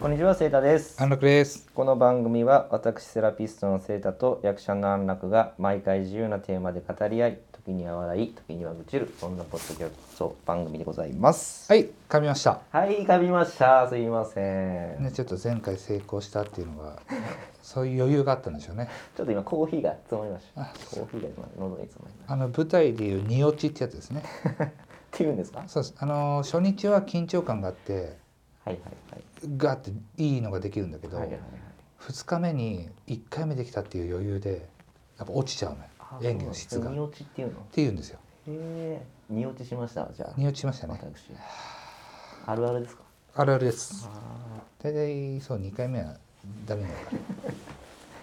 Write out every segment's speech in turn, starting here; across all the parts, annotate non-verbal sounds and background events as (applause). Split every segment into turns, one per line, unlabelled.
こんにちは、セイタです。
安楽です。
この番組は私セラピストのセイタと役者の安楽が毎回自由なテーマで語り合い、時には笑い、時には愚痴る、そんなポッドキャスト番組でございます。
はい、噛みました。
はい、噛みました。すいません。
ね、ちょっと前回成功したっていうのが、そういう余裕があったんでしょうね。
ちょっと今コーヒーがつまりました
あ。
コーヒーが今喉につまりました。
あの舞台でいう二落ちってやつですね。
っていうんですか。はい
そうです。あの初日は緊張感があって、
はい
ガーっていいのができるんだけど、
はい。はいはいはい。
二日目に一回目できたっていう余裕で、やっぱ落ちちゃうのよ
あ。
演技の質
そう
が。
なんですね二落ちっ
っ
ていうの。
ていうんですよ。
へえ。二落ちしました。じゃあ。
二落ちしましたね。
私。あるあるですか。
あるあるです。
あ
大体そう二回目はダメになるか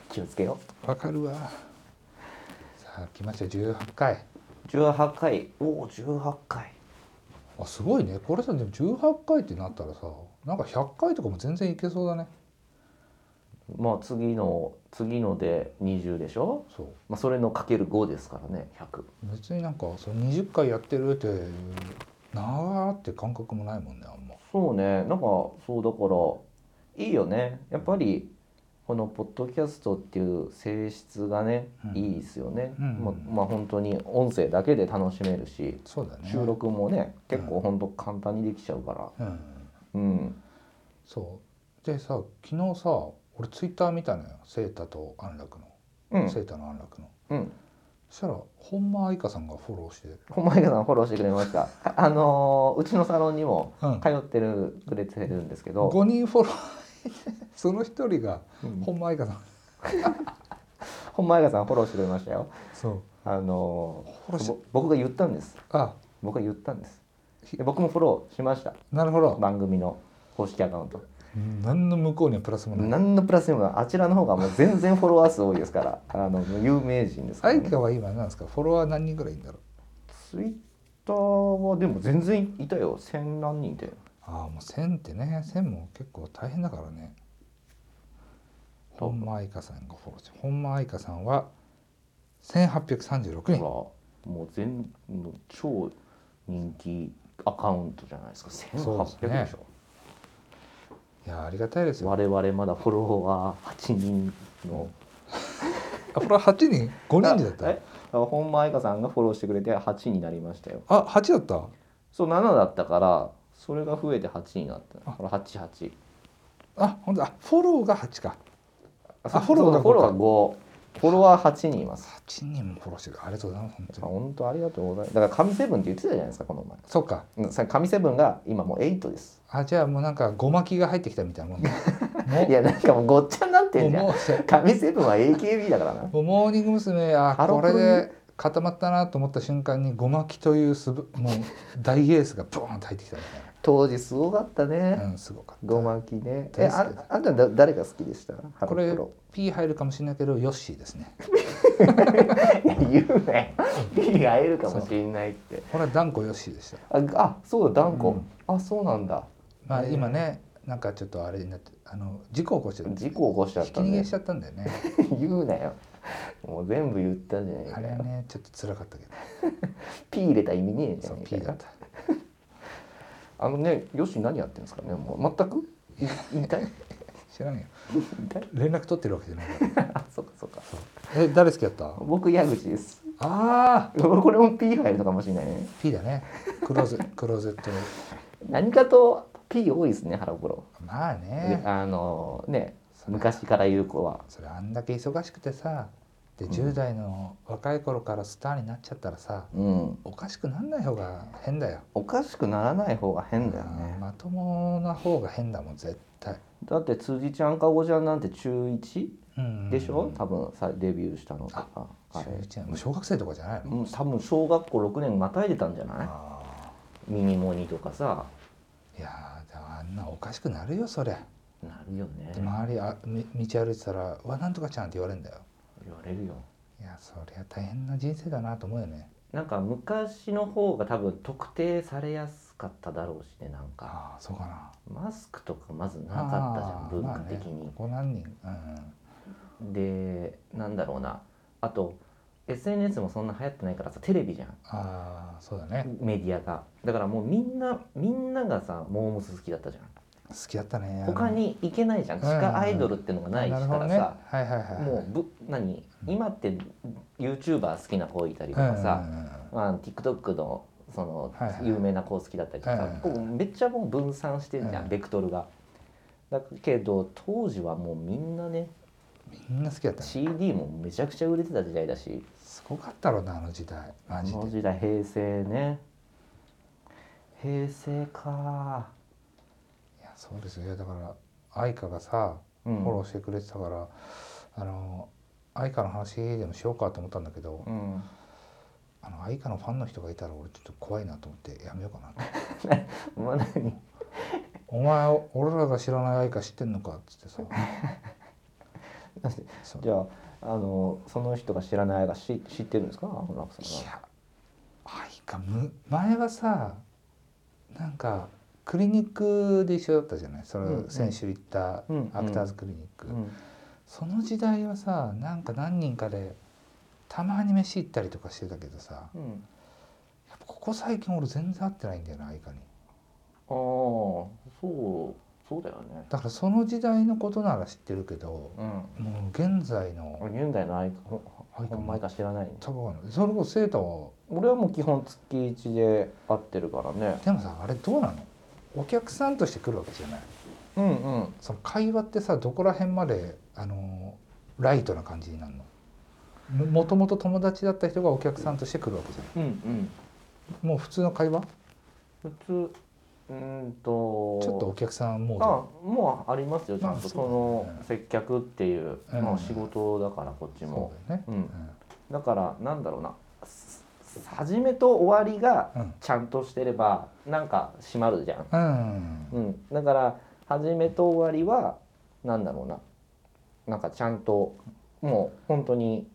ー気をつけよう。
ら。わかるわ。さあ来ました十八回。
18回おお18回
あすごいねこれさでも18回ってなったらさなんか100回とかも全然いけそうだね
まあ次の次ので20でしょ、
そう
まあ、それのかける5ですからね100
別になんかその20回やってるってなあって感覚もないもんねあんま
そうねなんかそうだからいいよねやっぱりこのポッドキャストっていう性質がね、
うん
いいですよね、
うんうん
まあ、まあ本当に音声だけで楽しめるし
そうだね
収録もね結構本当簡単にできちゃうから
うん
うん
そうでさ昨日さ俺ツイッター見たのよセータと安楽の、
うん
セータの安楽の
うん
そしたら本間愛香さんがフォローして
本間映画さんフォローしてくれました (laughs) あのーうちのサロンにも
うん
通ってるくれてるんですけど、
5人フォローその一人が
うん
本間愛香さん
本間映画さんフォローしてくれましたよ
そう
あの
フォローし
ぼ僕が言ったんです
あ
僕が言ったんですで僕もフォローしました
なるほど
番組の公式アカウント
何の向こうにはプラスもない
何のプラスにもあちらの方がもう全然フォロワー数多いですからあの有名人ですから、
愛
ね、
花は今なんですかフォロワー何人ぐらいいんだろう
ツイッターはでも全然いたよ千何人で
ああもう1000ってね1000も結構大変だからね
多分
本間愛花さんがフォローして本間愛花さんは1836人
ほらもう全もう超人気アカウントじゃないですか
そうです
1800
ね
でしょ
いやーありがたいですよ
我々まだフォロワー8人の
あこれは8人5人だった
え本間愛香さんがフォローしてくれて8になりましたよ
あ8だった
そう7だったからそれが増えて8になったのこれ88
あ本当だあフォローが8か
あ
あフォローが
そうフォローが5フォロワー8人います
8人もフォローしてるありがとうございます本
あ
当に
本当ありがとうございますだから神セブンって言ってたじゃないですかこの
そうか
前うんさ神セブンが今もう8です
あじゃあもうなんかごまきが入ってきたみたいなもんね
(laughs) い
も
やなんかもうごっちゃになって
うん
じゃん
もうせ
神セブンは AKB だからな
もうモーニング娘。あ
ハロ
こ
プロ
れで固まったなと思った瞬間にごまきというすぶもう大エースがボーンと入ってきたみ
当時すごかった
たいな、
ね
うん、すごかった
ごまきねえ
大好き
ああんただ誰が好きでしたハ
こ
ロプ
れ
ロ
P 入るかもしれないけどヨッシーですね
いや (laughs) 言うね P が会えるかもしれないって
これは断固ヨッシーでした、
ああそうだ断固、
うん
あそうなんだ
まあ、
へえ
今ねなんかちょっとあれになってあの事故起こして
事故起こしちゃっ
ひき
たん
逃
だ
げ
よ
しちゃったんだよね
言うなよもう全部言ったじゃない
あ
か
れ
よ、
ねちょっと辛かったけど
P 入れた意味ねえじゃ
そ
な
う
い
P だ
か
っ
よ
た
あのねよし何やってんですかねもう全くい言いたい
知らんよ
言いたい
連絡取ってるわけじゃないから
あそうかそうか
え誰好きだったあ
僕矢口です (laughs)
あ
これも P 入るのかもしれないね
P だねクローゼクローゼット
何かと P 多いですねハロプロ、
まあね
であのね
それ
昔から言う子は
それあんだけ忙しくてさで
うん
10代の若い頃からスターになっちゃったらさ、
うん
おかしくなんない方が変だよ
おかしくならない方が変だよね
うんまともな方が変だもん絶対、
だって辻ちゃんかごちゃんなんて中 1?
うん
でしょ、多分さデビューしたのとかあ
中
れ
一なのもう小学生とかじゃないの、
うん、多分小学校6年またいでたんじゃない
あ
ミニモニとかさ
ーいやーでもあんなおかしくなるよそりゃ
なるよね
で周りあみ道歩いてたら「うわなんとかちゃん」って言われるんだよ
言われるよ
いやそりゃ大変な人生だなと思うよね
なんか昔の方が多分特定されやすかっただろうしねなんか
ああそうかな
マスクとかまずなかったじゃん
あー
文
まあ
化
ね
的に
こ、こ何人うんうん
でなんだろうなあと SNS もそんな流行ってないからさテレビじゃん
ああそうだね
メディアがだからもうみんなみんながさモームス好きだったじゃん
好きだったね
他に行けないじゃん地下アイドルってのがない
な
か
るほど
ら
ね
さ
はいはいはい
もうぶ何今って YouTuber 好きな子いたりとかさ、まあ、TikTok のその
はいはい
有名な子好きだったりとか、
はいはいはい
こうめっちゃもう分散してるじゃん、
うん
ベクトルが。だけど当時はもうみんなね
みんな好きだったね
CD もめちゃくちゃ売れてた時代だし
すごかったろうなあの時代マ
あ
ジで
の時代平成ね平成か
いやそうですよいやだから愛花がさ
うん
フォローしてくれてたから、あの愛花の話でもしようかと思ったんだけど、
うん
あの愛花のファンの人がいたら俺ちょっと怖いなと思ってやめようかなと
(laughs) まあ何 (laughs)
お前俺らが知らない愛花知ってんのかっつって
(laughs)
さそう
じゃああのその人が知らないが知知ってるんですか青野さん
い
は
や愛花む前はさなんかクリニックで一緒だったじゃないそれ
うんうん
先週行った
うん
アクターズクリニック、
うん
その時代はさなんか何人かでたまに飯行ったりとかしてたけどさ
うん
やっぱここ最近俺全然会ってないんだよな愛花に
ああそうそうだよね
だからその時代のことなら知ってるけど
うん
もう現在の
俺現代のアイコン
アイコン
ほんまいか知らないね
多分それこそセータは
俺はもう基本月1で会ってるからね
でもさあれどうなのお客さんとして来るわけじゃない
うんうん
その会話ってさどこら辺まであのライトな感じになるのももともと友達だった人がお客さんとして来るわけじゃな
うんうん
いもう普通の会話ち
普通うーんと
ょっとお客さんモード
あもうありますよちゃん
まあ
とそ
そうだよ
の
ね
接客っていう、
うん
まあ、仕事だからこっちも
そうだよね
うんだからなんだろうなす始めと終わりが
うん
ちゃんとしてればなんか閉まるじゃん、
うん、うん
うん、だから始めと終わりはなんだろうななんかちゃんともう本当に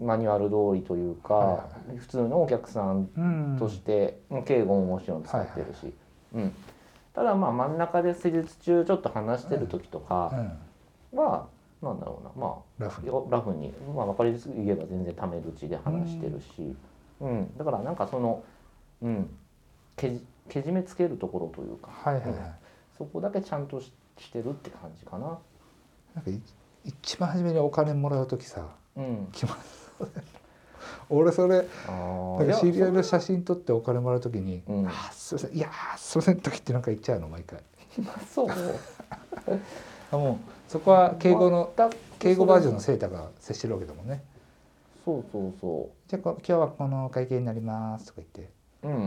マニュアル通りというか、
はい
普通のお客さん
うん
として、もう敬語ももちろん使ってるし、うん、ただまあ真ん中で施術中ちょっと話してる時と
う
か
ん、
は、なんだろうなまあ
ラフに
ラフに、まあ、分かりやすく言えば全然タメ口で話してるし、うんだからなんかその、うん、けじけじめつけるところというか
はいはいは
う
い、
んそこだけちゃんとししてるって感じかな。
なんかい一番初めにお金もらう時さ
うん、
気まずそうだよ俺それ
あ
な
ー
んか知り合い
いや
の写真撮ってお金もらう時に「
うん
あーすいませんいやーすいません」とか言ってなんか言っちゃうの毎回
そう
あもうそこは敬語の
だ
敬語バージョンのセータが接してるわけだもんね
そうそうそ
じゃあこ今日はこの会計になりますとか言って
ううん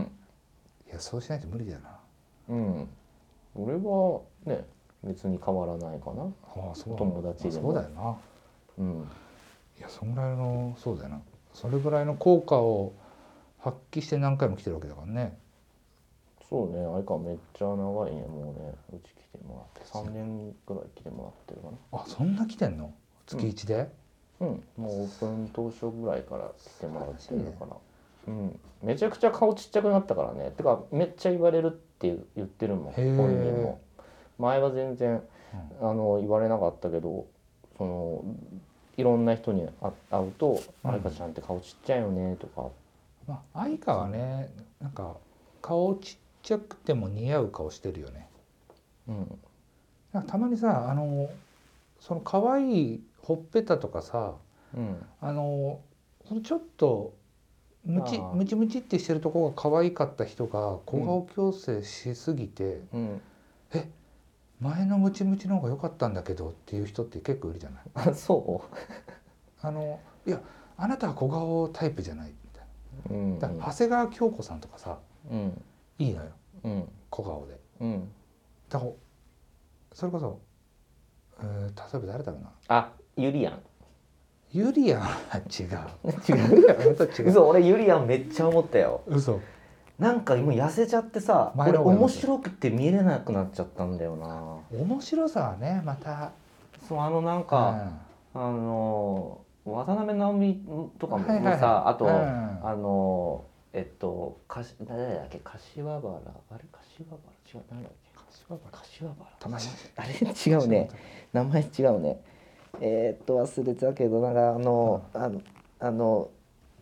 いやそうしないと無理だよなあ
うん俺はね別に変わらないかな
あそう
友達でも
そうだよな
うん
いやそんぐらいのそうだよなそれぐらいの効果を発揮して何回も来てるわけだからね
そうね相川めっちゃ長いねもうねうち来てもらって3年ぐらい来てもらってるかな
あそんな来てんの月一で、
うん、もうオープン当初ぐらいから来てもらってるから、うん、めちゃくちゃ顔ちっちゃくなったからねてかめっちゃ言われるって言ってるもん
へ
本
ー
人も前は全然あの言われなかったけどそのいろんな人に会会うと「
うん
あいかちゃんって顔ちっちゃいよね」とか
まあ愛花はねなんか顔ちっちゃくても似合う顔してるよね
うん
なんかたまにさあのその可愛いほっぺたとかさ
うん
あのそのちょっとムチ
あー
ムチムチってしてるとこが可愛かった人が小顔矯正しすぎて、
うん
前のムチムチの方が良かったんだけどっていう人って結構いるじゃない
あそ
あのいやあなたは小顔タイプじゃないみたいう
うん
なだから長谷川京子さんとかさ
うん
いいのよ
うん
小顔で
うん
だからそれこそ、えー例えば誰だろうな
あゆりやん
ユリアンは違う
違
ユリアンはま (laughs) た違う
嘘俺ゆりやんめっちゃ思ったよ
嘘
なんか今痩せちゃってさ
前
俺
の方が良か
面
った
白くて見れなくなっちゃったんだよな
面白さはねまた
そうあのなんか、あのー渡辺直美とかも
はいはいはい
さあと、
うん
あのーえっとかし誰だっけ柏原あれ柏原違う何だっけ
柏原
柏原
玉城
あれ違うね名前違うねえーっと忘れてたけどなんかあの、あのあの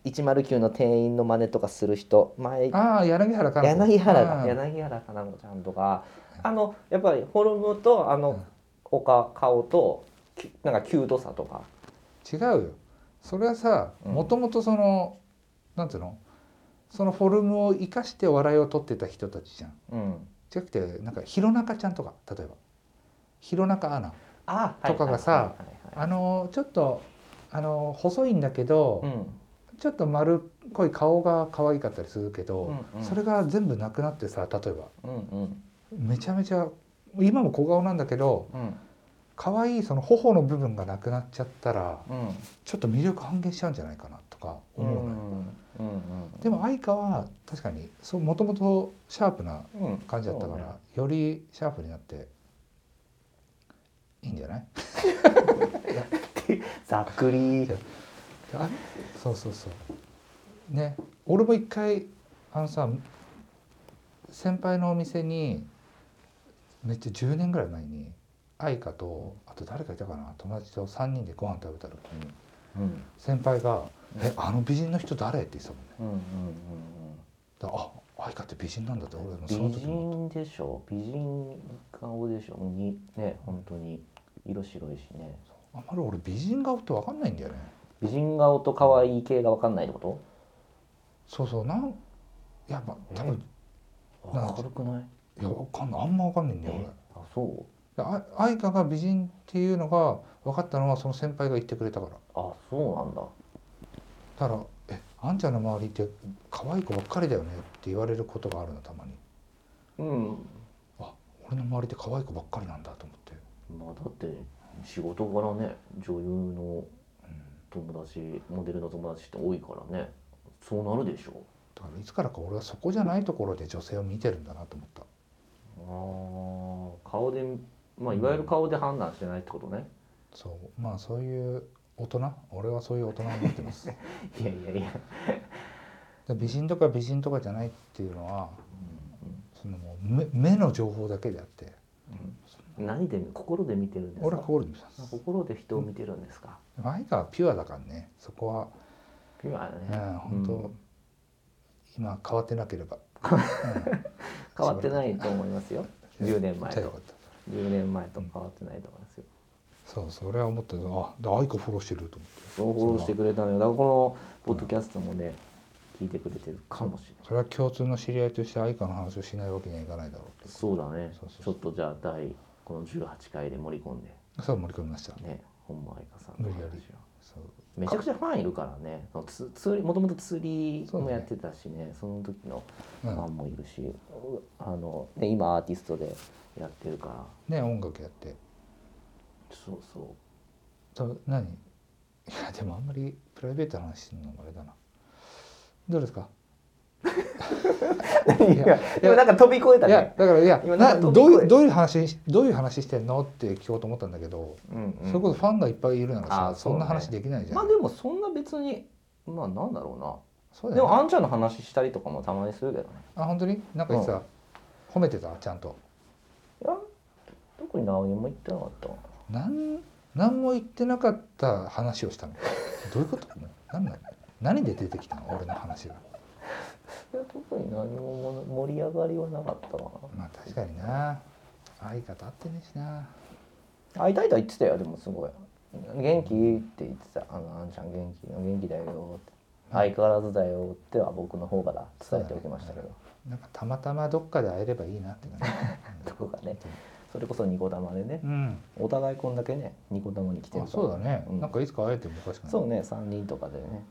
109の店員の真似とかする人前
ああ柳原かな
柳原
あ
が
あ
柳原かな子ちゃんとかあのやっぱりフォルムとあ
うん
のおか顔ときなんかキュートさとか
違うよそれはさ
うん
もともとその、なんていうのそのフォルムを生かして笑いを取ってた人たちじゃん
うん
違くてなんか弘中ちゃんとか例えば弘中アナ
あ
とかがさ
はいはいはいはい
あのちょっとあの細いんだけど、
うん
ちょっと丸っこい顔が可愛かったりするけど、
うんうん
それが全部なくなってさ例えば
うんうん
めちゃめちゃ今も小顔なんだけど
うん
可愛いその頬の部分がなくなっちゃったら
うん
ちょっと魅力半減しちゃうんじゃないかなとか
うんう
思うのよ。
んうん
でも相川は確かにそうもともとシャープな
うん
感じだったから、よりシャープになっていいんじゃない
ざっくり
あそうそうそうね俺も一回あのさ先輩のお店にめっちゃ10年ぐらい前に愛花とあと誰かいたかな友達と3人でご飯食べた時に
うん
先輩が「えあの美人の人誰?」って言ってたもんね
うんうんうんうん
だからあ愛花って美人なんだって俺もその
美
時思った
人でしょ美人顔でしょにね本当に色白いしね
あんまり俺美人顔って分かんないんだよね
美人顔と可愛い系が分かんないってこ
そうそうなんやっぱ多分
と
なん
明るくない
いや分かんないあんま分かんないんだよ
えあそう
俺あ愛花が美人っていうのが分かったのはその先輩が言ってくれたから
あそうなんだ
だから「えあんちゃんの周りって可愛い子ばっかりだよね」って言われることがあるのたまに
うん
俺の周りって可愛い子ばっかりなんだと思って
まあだって仕事柄ね女優の友達モデルの友達って多いからねそうなるでしょ
だからいつからか俺はそこじゃないところで女性を見てるんだなと思った
ああ顔でまあいわゆる顔で判断してないってことね
そうまあそういう大人俺はそういう大人になってます
(laughs) いやいやいや
で美人とか美人とかじゃないっていうのはそのもう目目の情報だけであって
何で心で見てるんです
俺は
か
心に見せます
心で人を見てるんですか、
マイカはピュアだからねそこは、
ピュアね
う、ん、本当、
うん
今変わってなければ、
変わってないと思いますよ10年前
じゃあよ
と
かった
10年前と変わってないと思いますよ
そうそれは思ったけどあだ愛子フォローしてると思って
そうフォローしてくれたのよだからこのポッドキャストもね聞いてくれてるかもしれない
それは共通の知り合いとして愛子の話をしないわけにはいかないだろう
そうだね
そうそう
ちょっとじゃあ第この18回で盛り込んで
とそう盛り込みました
ね本間愛華さんの話
無理
を
やりそう
めちゃくちゃファンいるからねそのつ釣りもともと釣り
そうだ
も
ね
やってたしねその時のフ
うん
ァンもいるし、あのね、今アーティストでやってるから
ね音楽やって
そうそう
そう何いやでもあんまりプライベートな話するのもあれだなどうですかいや
でもなんか飛び越えた
いや
ね。
だからいや
今
な
なんか
ど
飛び越え
ういうどういう話しどういう話してんのって聞こうと思ったんだけど、
うんうん
それこそファンがいっぱいいるならさ
あー
そんな話
そうね
できないじゃん。
まあでもそんな別にまあなんだろ
そう
うな。で
だよね
もあんちゃんの話したりとかもたまにするけどね。
あ本当になんかさ、褒めてたちゃんと。
いや特に何も言ってなかったな。
なん何も言ってなかった話をしたの。どういうこと？何なの何で出てきたの俺の話が。
いや特に何も盛り上がりはなかったか
まあ確かにな相方合ってねえしな。
な。会いたいとは言ってたよでもすごい。元気って言ってたあのあんちゃん元気元気だよって相変わらずだよっては僕の方から伝えておきましたけど、
なんかたまたまどっかで会えればいいなって感
どこかねそれこそニコ玉でね
じ。うん。
お互いこんだけねニコ玉に来てるか
あ
ら
そうだね、
うん
なんかいつか会えてもおかしくない。
そうね3人とかでね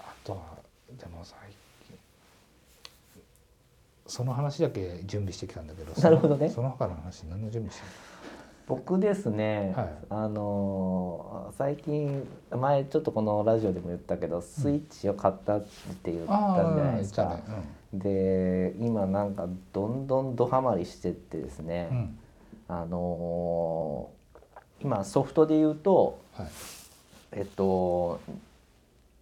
あとはでも最近その話だけ準備してきたんだけど
なるほどね
そのその他の話何の準備して
僕ですね、
はい
あのー最近前ちょっとこのラジオでも言ったけどスイッチを買ったって言っ
るあ
た
あ
じゃない
言
で
っ
すか、
たね
で今なんかどんどんドハマりしてってですね、
うん、うん
あのー今ソフトで言うと
はい
えっと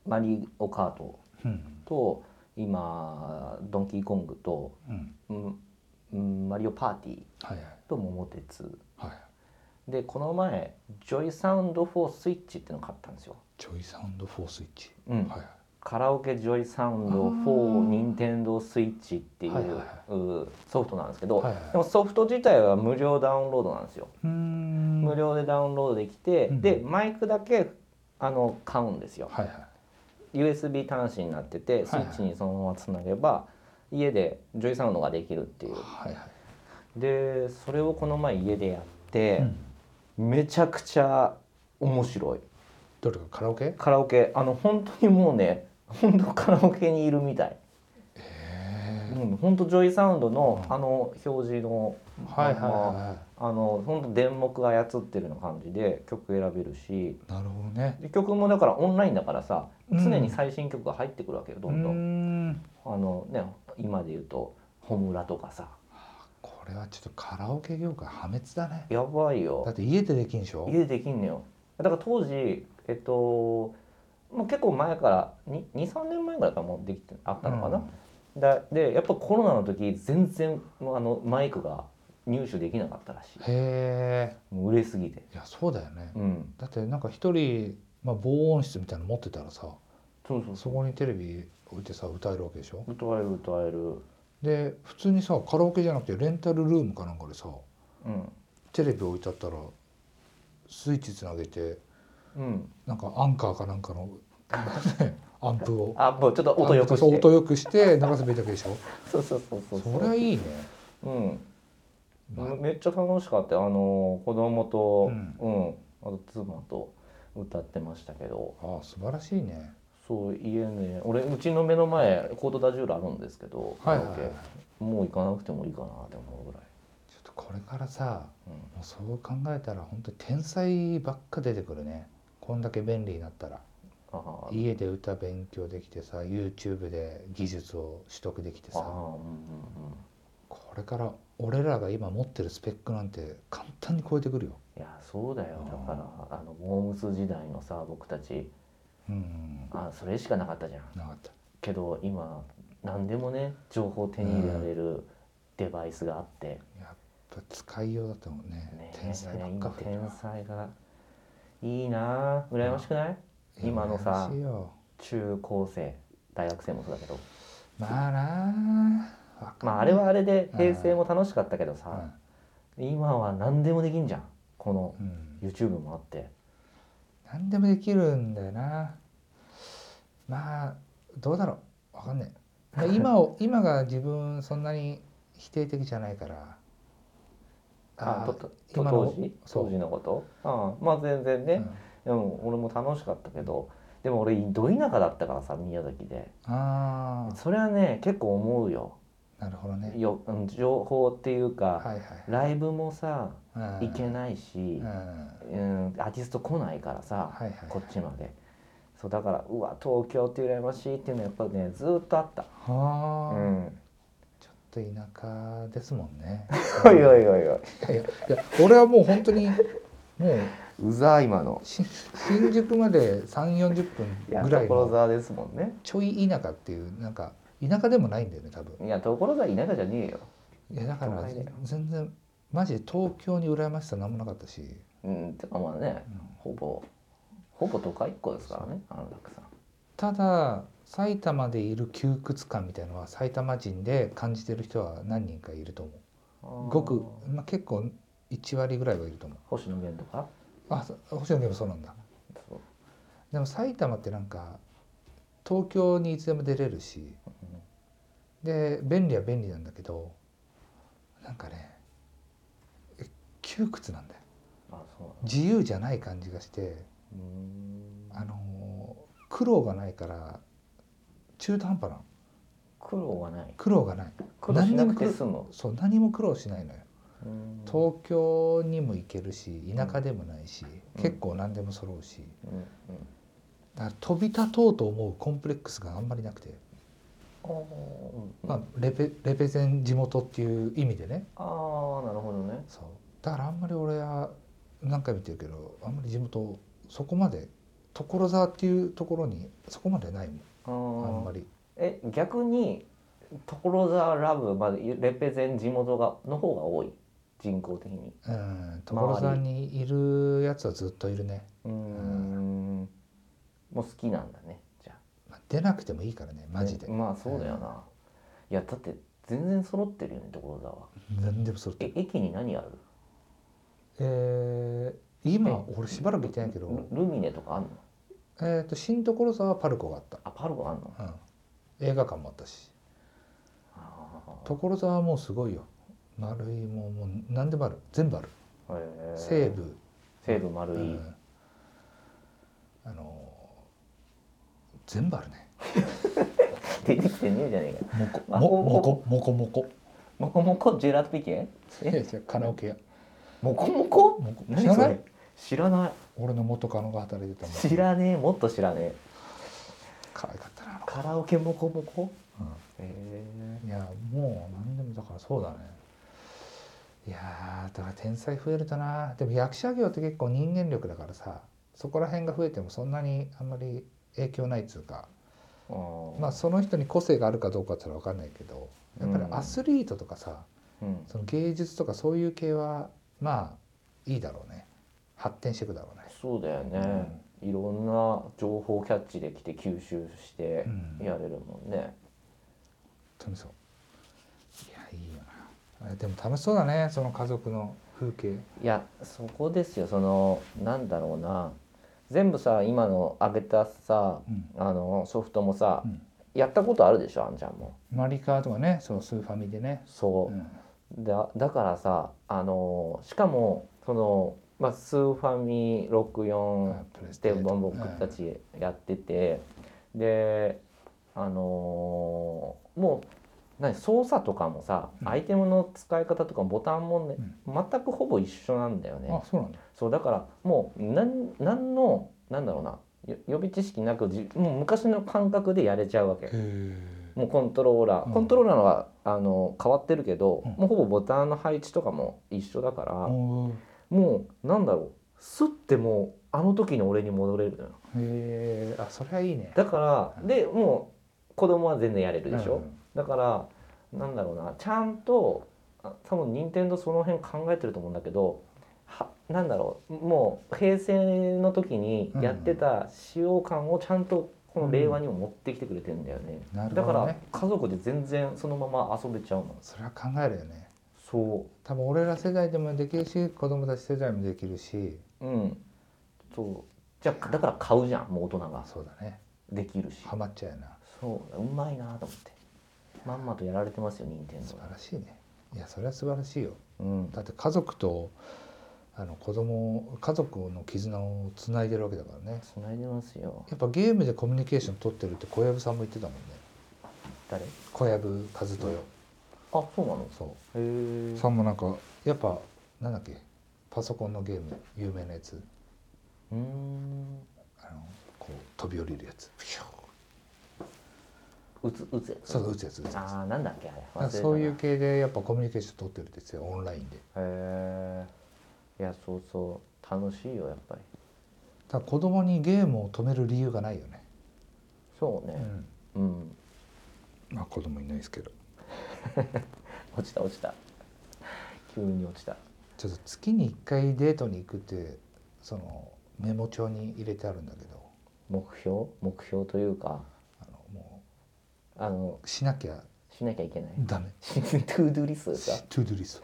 マリオカート
うん
と今ドンキーコングと、
うん
うんうん、マリオパーティー
はいはい
と桃鉄
はい
でこの前ジョイサウンド4スイッチっていうのを買ったんですよ
ジョイサウンド4スイッチ、
うん
はいはい
カラオケジョイサウンド
あー
4ニンテンドースイッチっていう,、
はいはいは
うソフトなんですけど、
はいはい
でもソフト自体は無料ダウンロードなんですよ、
うーん
無料でダウンロードできて、
うん
でマイクだけあの買うんですよ、
はいは
USB 端子になっててスイッチにそのままつなげば、家でジョイサウンドができるってい
いうはいは
でそれをこの前家でやっ
い、う
て、
ん
めちゃくちゃ面白い
どれかカラオケ
カラオケあの本当にもうね本当カラオケにいるみたい
え
うん、本当ジョイサウンドの
うん
あの表示の
ー、はいはいはいは
あの本当電目が操ってるような感じで曲選べるし
いなるほどね
で曲もだからオンラインだからさ
うん
常に最新曲が入ってくるわけよどんど
うー
ん、
ん
あのね今で言うと「ホムラ」とかさ
これはちょっとカラオケ業界破滅だね
やばい
だっ
よ
て家でできんでしょ
家でできんのよだから当時えっともう結構前から23年前ぐらいからもうできてあったのかな、だでやっぱコロナの時全然もうあのマイクが入手できなかったらしい
うんへえ
もう売れすぎて。
いやそうだよね、
うん、
だってなんか一人、まあ、防音室みたいなの持ってたらさ
そうそう
そこにテレビ置いてさ歌えるわけでしょ
歌える歌える
で普通にさカラオケじゃなくてレンタルルームかなんかでさ
うん
テレビ置いてあったらスイッチつなげて
うん
なんかアンカーかなんかの、 (laughs) ね、アンプを
あもうちょっと音よくして
そう音良くして流せばいいだけでしょ
そうそうそうそう
そりゃいいね、
うん
まあ
めめっちゃ楽しかったよあの子供と
う
うん、あと妻と歌ってましたけど
ああ素晴らしいね
そう家ね俺うちの目の前コートダジュールあるんですけど、
はいはいはい
カラオケもう行かなくてもいいかなって思うぐらい、
ちょっとこれからさ
うん、
もうそう考えたら本当に天才ばっか出てくるねこんだけ便利になったら
ああ
家で歌勉強できてさ YouTube で技術を取得できて
ああ
さ
うんうんうん
これから俺らが今持ってるスペックなんて簡単に超えてくるよ
いやそうだよだからあのモームス時代のさ僕たち
うん
あそれしかなかったじゃん
なかった
けど今何でもね情報を手に入れられるデバイスがあって、
やっぱ使いようだったもんね
ね
天才ばっか増えた
天才がいいなあ羨ましくない、今のさ
羨ましいよ
中高生大学生もそうだけど
まあなあわかん
まああ
ない
れはあれで平成も楽しかったけどさ、今は何でもできんじゃんこの
うん、うん、
YouTube もあって
何でもできるんだよなまあどうだろうわかんないまあ
(laughs)
今を今が自分そんなに否定的じゃないから
あ
あ
と
ー
と当
今の
時
そう
当時のことああまあ全然ね、
うん
でも俺も楽しかったけどでも俺ど田舎だったからさ宮崎で
あ
それはね結構思うよ
あなるほどね
ようん情報っていうか、
はい
ライブもさ
はい
行け
い
ないし
うん、は
うん、アーティスト来ないからさ、
いはい
こっちまでそうだからうわ東京って羨ましいっていうのはやっぱねずーっとあったう
はあ、
ん
ちょっと田舎ですもんね (laughs)
おいおいおいおい
いやいや俺はもう本当にもう
うざ今の
し新宿まで3 4 0
いや
分ぐらい
所
の
沢ですもんね
ちょい田舎っていうなんか田舎でもないんだよね多分
いや所沢田舎じゃねえよ、
いやだから
都会だよ
全然マジで東京に羨ましさなんもなかったし、
うん、てかまあねほぼほぼ都会っ子ですからね安楽さん
ただ埼玉でいる窮屈感みたいのは埼玉人で感じてる人は何人かいると思うごく、まあ、結構1割ぐらいはいると思う
星野源とか
あそ星野源もそうなんだ
そう
でも埼玉ってなんか東京にいつでも出れるしで便利は便利なんだけどなんかねえ窮屈なんだよ
あそうなんだ
自由じゃない感じがして
うーん
あのー苦労がないから中途半端なの
苦労はない
苦労がない
苦労しなくて
何にも苦労
済む
そう何も苦労しないのよ
うーん
東京にも行けるし田舎でもない
う
し、
ん
結構何でも揃うし
うんうん
だから飛び立とうと思うコンプレックスがあんまりなくて、
あーうんうん
まあ、レペレペゼン地元っていう意味でね
あーなるほどね
そうだからあんまり俺は何回も言ってるけどあんまり地元そこまで所沢っていうところにそこまでないもん
あ
あんま
ー
り
え逆に所沢ラブまでレペゼン地元がの方が多い人工的に
うん所沢にいるやつはずっといるね、
うーんもう好きなんだねじゃあ
まあ出なくてもいいからねマジで、
ねまあそうだよな、いやだって全然揃ってるよね所沢
何でもそれ
え駅に何ある
えー、今俺しばらく行ってないけど、
ルルミネとかあんの
えー、と新所沢はパルコがあっ
あパルコあんの
た、うん、映画館もあったし
あー
所沢はもうすごいよ丸いもんもう何でもある全部ある
へー
西武、
西武丸
う
い、
ん、あのー全部あるね
出てきてねえじゃねえかあ
もこももこもこもこ
モコモコジェラートピケ
い (laughs) やいやカラオケ屋
モコモコ
もこ
何
知
それ
らない
知らない
俺の元カノが働いてたもん
知らねえもっと知らねえ
可愛かったな、
カラオケモコモコへえ
うんいやもう何でもだからそうだねいやーだから天才増えるとなでも役者業って結構人間力だからさそこら辺が増えてもそんなにあんまり影響ないっつうかまあその人に個性があるかどうかってのは分かんないけどやっぱりアスリートとかさ、
うん
その芸術とかそういう系はまあいいだろうね発展していくだろうね
そうだよね、いろんな情報キャッチできて吸収して
うん
やれるもんね、
本当にそういやいいよなあでも楽しそうだねその家族の風景
いやそこですよそのなんだろうな全部さ今の上げたさ
うん、
あのソフトもさ、
うん
やったことあるでしょあんちゃんも
マリカーとかねそうスーファミでね、
そうう、
ん
だだからさあのしかもその、まあ、スーファミ64
プレス
で
と
僕たちやってて、であのーもう何操作とかもさ、
うん
アイテムの使い方とかボタンもね
う、
全くほぼ一緒なんだよ
うんあ
ね。
そうなんだ
そうだからもうなんなんのなんだろうなよ予備知識なくじもう昔の感覚でやれちゃうわけ。
へ
もうコントローラー、
うん
コントローラーはあの変わってるけど、
うん
もうほぼボタンの配置とかも一緒だから、
おー
もうなんだろうすってもうあの時の俺に戻れるのよ
へーあそれはいいね
だから、
うん
でもう子供は全然やれるでしょ、だからなんだろうなちゃんとあ多分任天堂その辺考えてると思うんだけどはなんだろうもう平成の時にやってた使用感をちゃんとこの令和にも持ってきてくれてるんだよね、
うんなる
だ
ほ
か
ど
ら
ね
家族で全然そのまま遊べちゃうの
それは考えるよね
そ
多分俺ら世代でもできるし子供たち世代もできるし
ううんそうじゃあだから買うじゃんもう大人が
そうだね
できるし
ハマっちゃうよな
そううまいなと思ってまんまとやられてますよ任天
素
堂
晴らしいねいやそれは素晴らしいよ
うん
だって家族とあの子供を家族の絆をつないでるわけだからね
繋いでますよ
やっぱゲームでコミュニケーション取ってるって小籔さんも言ってたもんね
誰あ
小籔和豊
そうなの
そ
へ
う
え
さんもなんかやっぱなんだっけパソコンのゲーム有名なやつ
うーん
あのこう飛び降りるやつピュー
打つ打つやつ
そう打つやつ打つやつ
ああなんだっけあれ
なんかそういう系でやっぱコミュニケーション取ってるんですよオンラインで
へえいやそうそう楽しいよやっぱり
だから子供にゲームを止める理由がないよね、
そう
う
ね
ん、
うん
まあ子供いないですけど
落ちた落ちた急に落ちた
ちょっと月に1回デートに行くってそのメモ帳に入れてあるんだけど
目標目標というか
あのも
あの
うしなきゃ
しなきゃいけない (laughs)
ダメ
トゥードゥリストです
ト
か
ゥードゥリス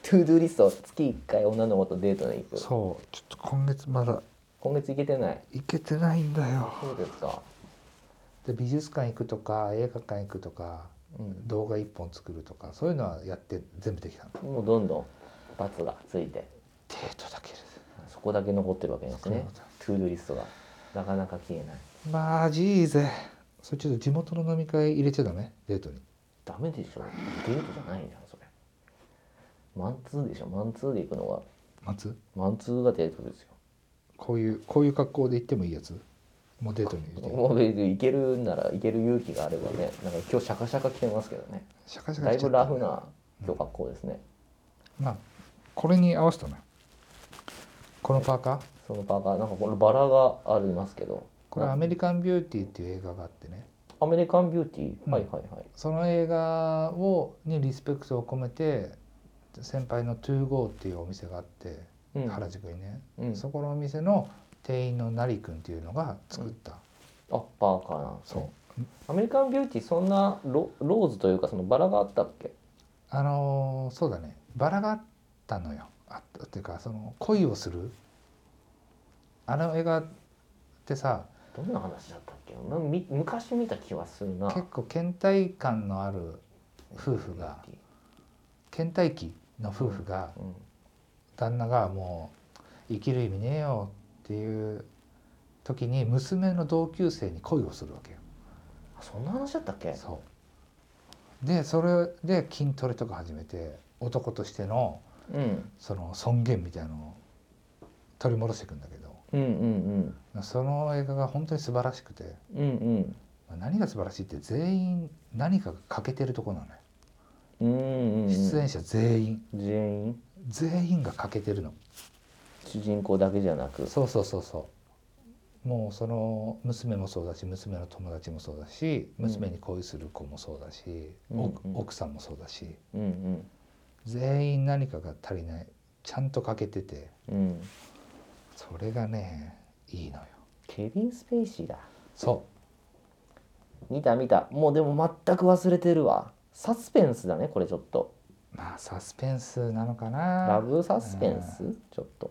トゥードゥリスト月1回女の子とデートに行
ト
く
そうちょっと今月まだ
今月行けてない
行けてないんだよ
そうですか
で美術館行くとか映画館行くとか
うん
動画1本作るとかそういうのはやって全部できたの
もうどんどん罰がついて
デートだけです
そこだけ残ってるわけですね
そこだ
トゥードゥリストがなかなか消えない
マジーぜそれちょっと地元の飲み会入れちゃダメデートに
ダメでしょデートじゃないじゃんそれマンツーでしょマンツーで行くのが
松
マンツーがデートですよ
こういうこういう格好で行ってもいいやつもうデートに入れていい
もう別に行けるんなら行ける勇気があればねなんか今日シャカシャカ着てますけどね
シャカシャカ
だい
しちゃ
ぶ
った
ラフな今日格好ですね
まあこれに合わせたなこのパーカー
そのパーカーなんかこのバラがありますけど
これア
な
メリカンビューティーっていう映画があってね
アメリカンビューティー、
うん
はいはいはい
その映画をにリスペクトを込めてで先輩の ToGo っていうお店があって、
うん
原宿にね、
うん、
そこのお店の店員のなりくんっていうのが作った、
あバーカーなんですね
そう
アメリカンビューティーそんなロローズというかそのバラがあったっけ
あのーそうだねバラがあったのよあったっていうかその恋をするあの映画ってさ
どんな話だったっけなみ昔見た気はするな
結構倦怠感のある夫婦が倦怠期の夫婦が
うん
旦那がもう生きる意味ねえよっていう時に娘の同級生に恋をするわけよ。
あそんな話だったっけ
そうでそれで筋トレとか始めて男としての
うん
その尊厳みたいなのを取り戻していくんだけど
うんうん
その映画が本当に素晴らしくて
うんうん
何が素晴らしいって全員何かが欠けてるとこなのよ、
うんうんうん
出演者全員
全員
全員が欠けてるの
主人公だけじゃなく
そうそうそうそうもうその娘もそうだし娘の友達もそうだし
うん
娘に恋する子もそうだし、
うん
奥
うん
奥さんもそうだし
うん
全員何かが足りないちゃんと欠けてて
うんうん
それがねいいのよ
ケビン・スペイシーだ
そ
見た見たもうでも全く忘れてるわサスペンスだねこれちょっと
うまあサスペンスなのかな
ラブサスペンスちょっと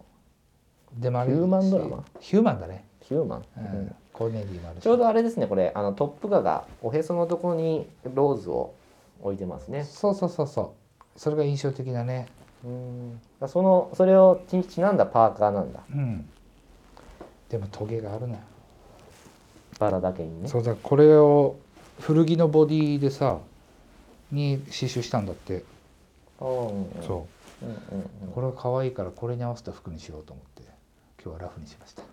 でもあ
ヒューマンドラマ
ヒューマンだね、
ヒューマン、
う
うん
ん、コメディもあるし
ちょうどあれですねこれあのトップガがおへそのところにローズを置いてますね
そうそうそうそうそれが印象的だね
うんそのそれをちちなんだパーカーなんだ
うんでもトゲがあるのよ
バラだけにね
そうだこれを古着のボディでさに刺繍したんだって、
あーうんうん
そ
うんうん
う
うん
これは可愛いからこれに合わせた服にしようと思って今日はラフにしました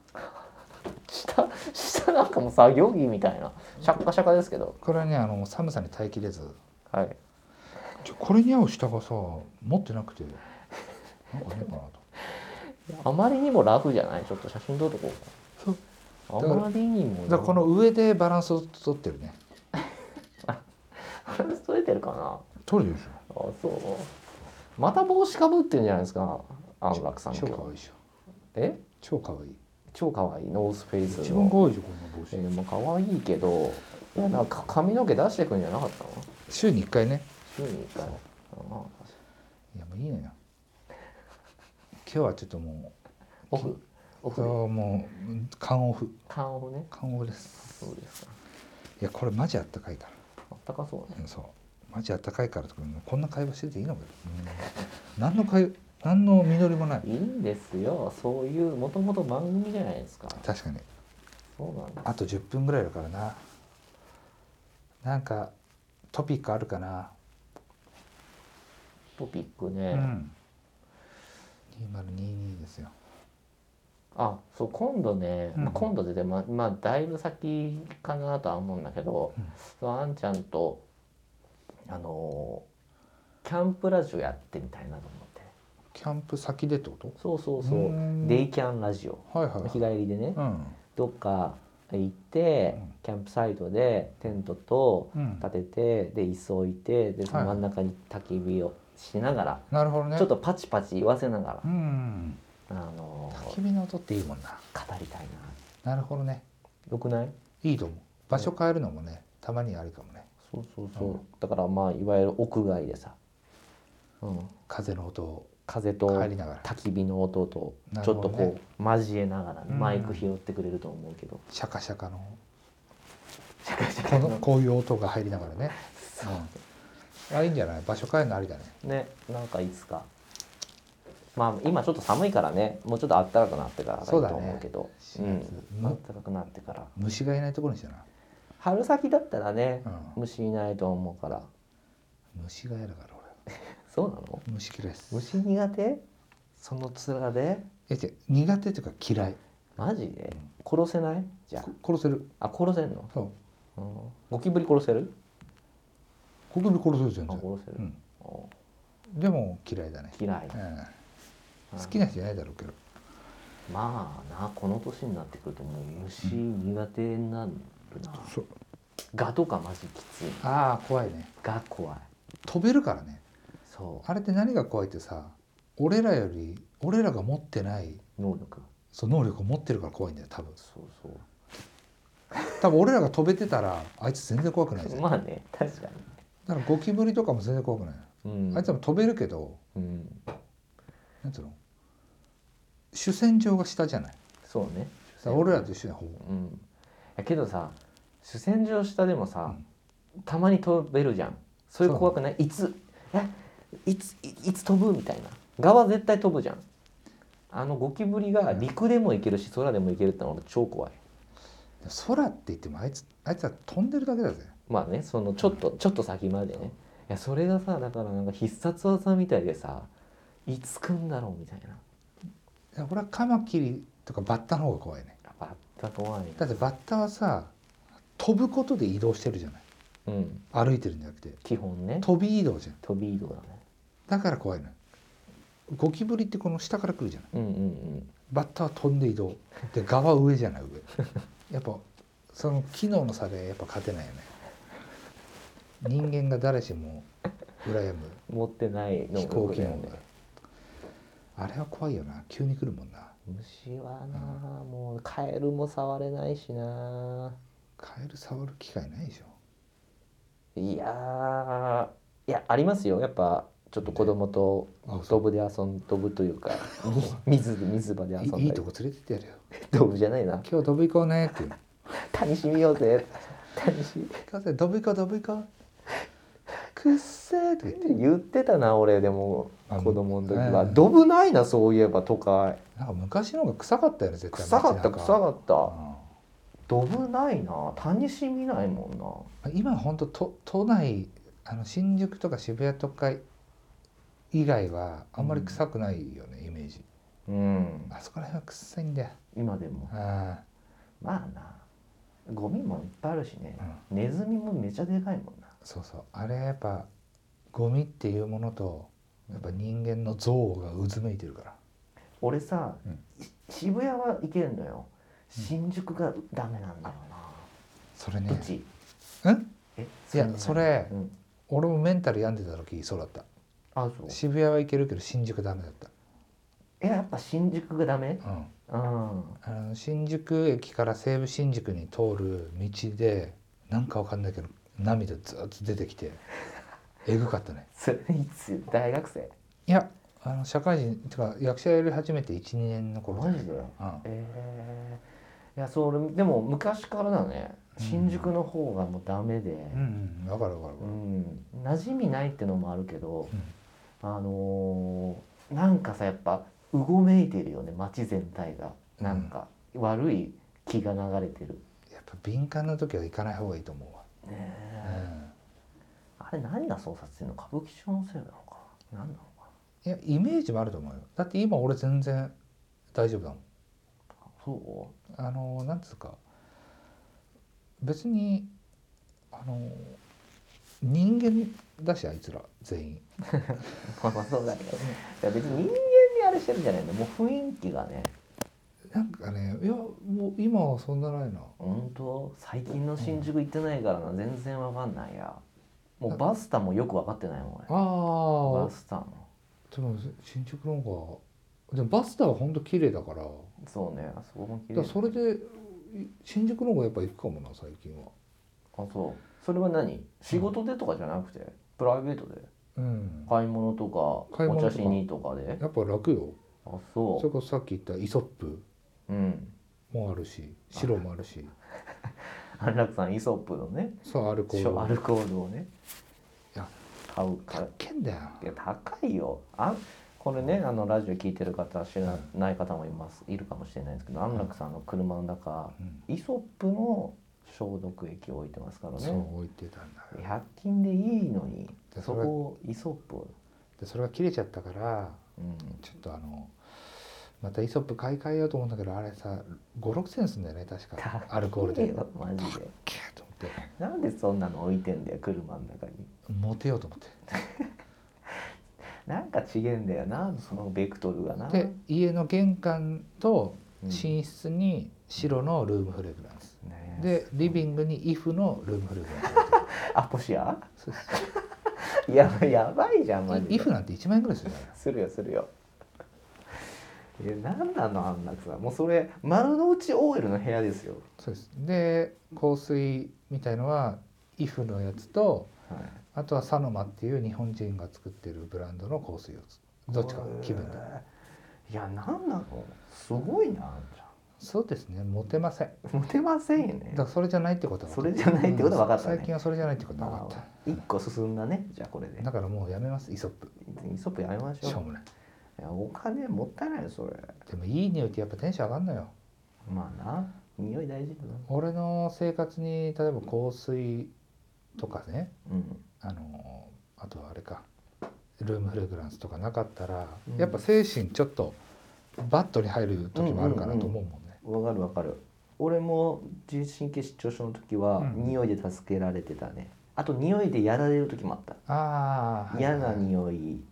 下下なんかもう作業着みたいなシャッカシャカですけど
これはねあの寒さに耐えきれず
はい
ちょこれに合う下がさ持ってなくてなんかねえかなと
あまりにもラフじゃないちょっと写真撮っとこ
そう
うか
だか
あ
ら
まりにも
だから
(laughs)
この上でバランスを取ってるね
取れてるかな
取れてるでしょ
あそうまた帽子かぶってるんじゃないですか安楽さん
超
今日
可愛いでしょ
え
超可愛い
超可愛いノースフェイスの
一番可愛いでしょこの帽
え
子
ー、まあ可愛いけどいやなんか髪の毛出してくんじゃなかったの
週に1回ね
週に1回あ
いやもういいのよ今日はちょっとも
オフオ
うこれ
フ
はもう缶オフ
顔をね
缶オフです
そうですか
いやこれマジあったかいか
あったかそうね
らうんそうマジあったかいからとかこんな会話してていいのかようん何の会何の実りもない
いいんですよそういうもともと番組じゃないですか
確かに
そうなんだ
あと10分ぐらいだからななんかトピックあるかな
トピック
う
ね、
ん2022ですよ
あそう今度ね、
うん
まあ、今度ででもまあだいぶ先かなとは思うんだけど、
うん
そのあんちゃんとあのーキャンプラジオやってみたいなと思って
キャンプ先でってこと
そうそうそう
うーん
デイキャンラジオ
はいはい、
日帰
はい、
りでね、
うん
どっか行って、
うん
キャンプサイトでテントと
うん
立ててで椅子置いてでその真ん中に焚き火をしながら、
なるほどね
ちょっとパチパチ言わせなが
うん
ら、あのー
焚き火の音っていいもんな
語りたいな
なるほどね
よくない
いいと思う場所変えるのもねたまにありかもね
そうそうそう、
うん
だからまあいわゆる屋外でさ、うん、
風の音を
風と
入りながら
焚き火の音と
な
ちょ
る
っと
ほどね
こう交えながらね、
うん
マイク拾ってくれると思う (laughs) けど、
シャカシャカの
シャカシャ
こ
カ
の
の
こういう音が入りながらね、うん、あいいんじゃない場所変えるのありだね
ねなんかいつかまあ今ちょっと寒いからねもうちょっと暖かくなってからがいいと
そうだね
思うけど
4月
うん、暖かくなってから
虫がいないところにしたな、
春先だったらね、
う
虫いないと思うから
ん、虫が嫌だから俺
そうなの
虫嫌いです
虫苦手その面で
え違う苦手というか嫌い
マジで殺せないじゃあ
こ殺せる
あ殺せんの、
そう
うん、ゴキブリ殺せる
ゴキブリ殺せる全
あ殺
然、
せる
う、ん、
お
でも嫌いだね、
嫌い
うん、好きな人いないだろうけど
まあなこの年になってくるともう虫苦手になるな、
そう
ガとかマジきついな
ああ怖いね
ガ怖い
飛べるからね
そそ
あれって何が怖いってさ俺らより俺らが持ってないう
能力
その能力を持ってるから怖いんだよ多分
そうそう
多分俺らが飛べてたらあいつ全然怖くないぜ
まあね確か
だからゴキブリとかも全然怖くない
に、うん、
あいつらも飛べるけど
うん
なんつうの主戦場が下じゃない
そうね
さ俺らと一緒にほ
う
ぼ
んいやけどさ主戦場下でもさ、たまに飛べるじゃんそれ怖くないいつえいついいつ飛ぶみたいな側絶対飛ぶじゃんあのゴキブリが陸でも行けるし空でも行けるってのは俺超怖い
空って言ってもあいつあいつは飛んでるだけだぜ
まあねそのちょっとちょっと先までねいやそれがさだからなんか必殺技みたいでさいつ来んだろうみたいない
や俺はカマキリとかバッタの方が怖いね
やっぱあった怖い
だってバッタはさ飛ぶことで移動してるじゃない
うん
歩いてるんじゃなくて
基本ね
飛び移動じゃん
飛び移動だね
だから怖いのよゴキブリってこの下から来るじゃない
うんうんうん
バッタは飛んで移動で側上じゃない上やっぱその機能の差でやっぱ勝てないよね人間が誰しも羨む
持ってない
飛行機
だよ
能があれは怖いよな急に来るもんな
虫はなあもうカエルも触れないしなあ
カエル触る機会ないでしょ
いやーいやありますよやっぱちょっと子供と
あそ
飛ぶで遊ん飛ぶと
(laughs)
いうかみ水水場で遊んだ
いいい
り
とこ連れてってやるよ
飛ぶじゃないな
今日飛ぶ行こうねって今
楽しみようぜ楽しみ
日飛ぶ行こう飛ぶ行こうくっせーとか言って
言ってたな俺でも
あ
子供の時は
ええ
ドブないなそういえば都会
なんか昔の方が臭かったよね絶対
臭かった臭
っ
かった
た
ドブないな谷し見ないもんな
今本当と都内あの新宿とか渋谷とか以外はあんまり臭くないよね、イメージ
うん
あそこら辺は臭いんだよ
今でも
あ
まあなゴミもいっぱいあるしね
あ、う、ん、
ネズミもめちゃでかいもんな
そうそうあれはやっぱゴミっていうものとやっぱ人間の憎悪がうずめいてるから
俺さ、
うん
し渋谷は行けるのよ新宿がダメなんだよ
それ
な、う
ね
ち
うん
え
いやそれ
うん、
俺もメンタル病んでた時そうだった
あそう
渋谷は行けるけど新宿ダメだっ
えやっぱ新宿がダメ
た、うん、
うん
あの新宿駅から西武新宿に通る道でなんかわかんないけど涙ずーっと出てきてえぐかったね
それいつ大学生
いやあの社会人てか役者やり始めて12年の頃
マジで
うん
えー、いやそう俺でも昔からだね
うん
新宿の方がもうダメで、
うんうんわかるわかる
う
わ
ん馴染みないってのもあるけど、
うん
あのーなんかさやっぱうごめいてるよね街全体がなんか悪い気が流れてる、
かるやっぱ敏感な時は行かない方がいいと思うわ、
ね
うん
えあれ何がそうさせてんの歌舞伎町のせいなのかな何なのか
いやイメージもあると思うよだって今俺全然大丈夫だもん
なそ
あのなんつうか別にあの人間だしあいつら全員
うまあまあそうだけどいや別に人間にあれしてるんじゃないのもう雰囲気がね
なんかねいやもう今はそんなないな
本当最近の新宿行ってないからな全然わかんないやもうバスタもよく分かってないもん俺
あ
バスタも
でも新宿の方がでもバスターは本当綺麗だからだか
そうねあそこも綺麗
らそれでい新宿の方がやっぱ行くかもな最近は
あそうそれは何仕事でとかじゃなくて、プライベートで
うん
買い物とか
買い物と
お
か
茶しにとかで
やっぱ楽よ
あ
そ
そ
れこそさっき言ったイソップ
ううん
もあるし白もあるし
安楽さんイソップのね
さあアルコール
アルコールをね
いや
買うか
高
ら
っけんだよ
いや高いよあこれねあのラジオ聞いてる方知らない方もいますいるかもしれないですけど安楽さんの車の中
うん
イソップの消毒液を置いてますから
そ
ね
う置いてたんだよ
100均でいいのに
で
そ
それ
こをイソップを、
でそれが切れちゃったから
うん、
ちょっとあのまたイソップ買い替えようと思うんだけどあれさ56円すんだよね確かアルコール
(laughs) 高い
で
よマジで
けーと思って
なんでそんなの置いてんだよ車の中に
モテようと思っ
なんか違えんだよなそのベクトルがな
てで家の玄関と
うん
寝室に白のルームフレグランス、
ねえ
でリビングにイフのルームフレグランス
アポシア (laughs)
そうです
やばいやばいじゃんマジで
イフなんて1万円ぐらいするじゃない
するよするよいや何なのあんなさもうそれ丸の内 OL の部屋ですよ、
そうですで香水みたいのはイフのやつと
はい、
あとはサノマっていう日本人が作ってるブランドの香水をどっちか気分で
いや何なのすごいなあんち
そうですねモテません
ゃんモテませんよね
だからそれじゃないってことは分
そ
か
れ
った
じゃないってことは分かった
うん
ね、
最近はそれじゃないってことは分か
ま
っ
あ、一個進んだねじゃあこれで
ただからもうやめますイソップ
イソップやめましょう
しょうもない
いやお金もったいないよそれ
でもいい匂いってやっぱテンション上がんのよ
まあな匂い大事だな
俺の生活に例えば香水とかね
うん
あのあとはあれかルームフレグランスとかなかったら、
うん
やっぱ精神ちょっとバットに入る時もあるかなと思うもんね、
わかるわかる俺も自律神経失調症の時は、
うん
匂いで助けられてたねあと匂いでやられる時もあった
ああ
嫌な匂い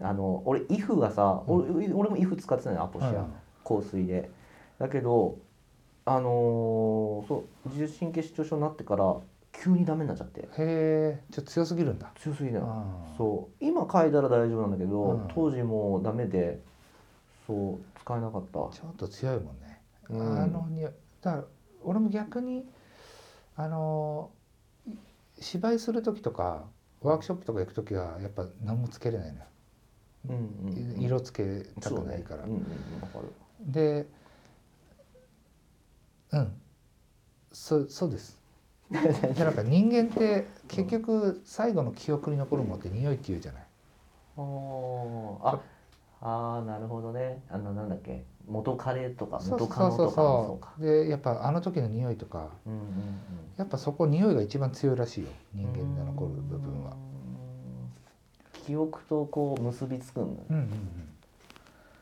あの俺イフがさ、
うん
俺俺もイフ使ってたのよアポシア、
うん
香水でだけどあのーそう自律神経失調症になってから急にダメになっちゃって
へえちょっと強すぎるんだ
強すぎたの
あー
そう今嗅いだら大丈夫なんだけど、
うん
当時もうダメでそう使えなかった
ちょっと強いもんね、
うん
あの匂いだから俺も逆にあの芝居する時とかワークショップとか行く時はやっぱ何もつけれないのよ、
うんうんうん
色つけたくないから
そうね、うんうん、わかる
でうんそそうです
(laughs)
でなんか人間って結局最後の記憶に残るものって匂いっていうじゃない
おーああーなるほどねあのなんだっけ元カレとか
そう
元
そう
カノ
そ
と
う
かもそうか
そうでやっぱあの時の匂いとか
うんうんうん
やっぱそこ匂いが一番強いらしいよ人間に残る部分は
うーん記憶とこう結びつくんだね
うんうんうん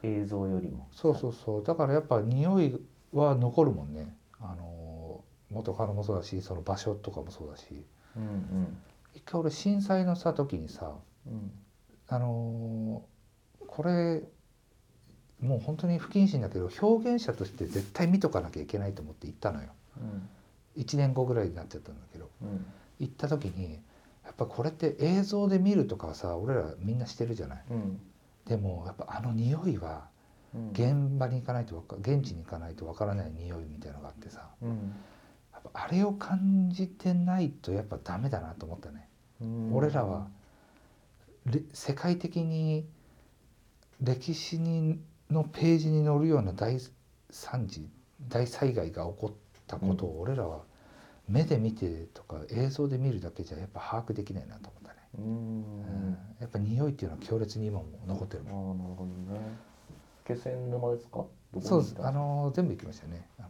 映像よりも
そうそうそうだからやっぱ匂いは残るもんねあの元カノもそうだしその場所とかもそうだし
うんうん
一回俺震災のさ時にさ、
うん
あのーこれもう本当に不謹慎だけど表現者として絶対見とかなきゃいけないと思って行ったのよ
うん
1年後ぐらいになっちゃったんだけど
うん
行った時にやっぱこれって映像で見るとかはさ俺らみんなしてるじゃない
うん
でもやっぱあの匂いは
うん
現場に行かないとわか現地に行かないとわからない匂いみたいなのがあってさ
うん
やっぱあれを感じてないとやっぱダメだなと思ったね
うん
俺らはれ世界的に歴史にのページに載るような大惨事大災害が起こったことを俺らは目で見てとか映像で見るだけじゃやっぱ把握できないなと思ったね、
う
うん
ん
やっぱ匂いっていうのは強烈に今も残ってる
ああな
も
る
ん、
ほどね気仙沼ですかどこに行った
そうですあのー全部行きましたねあ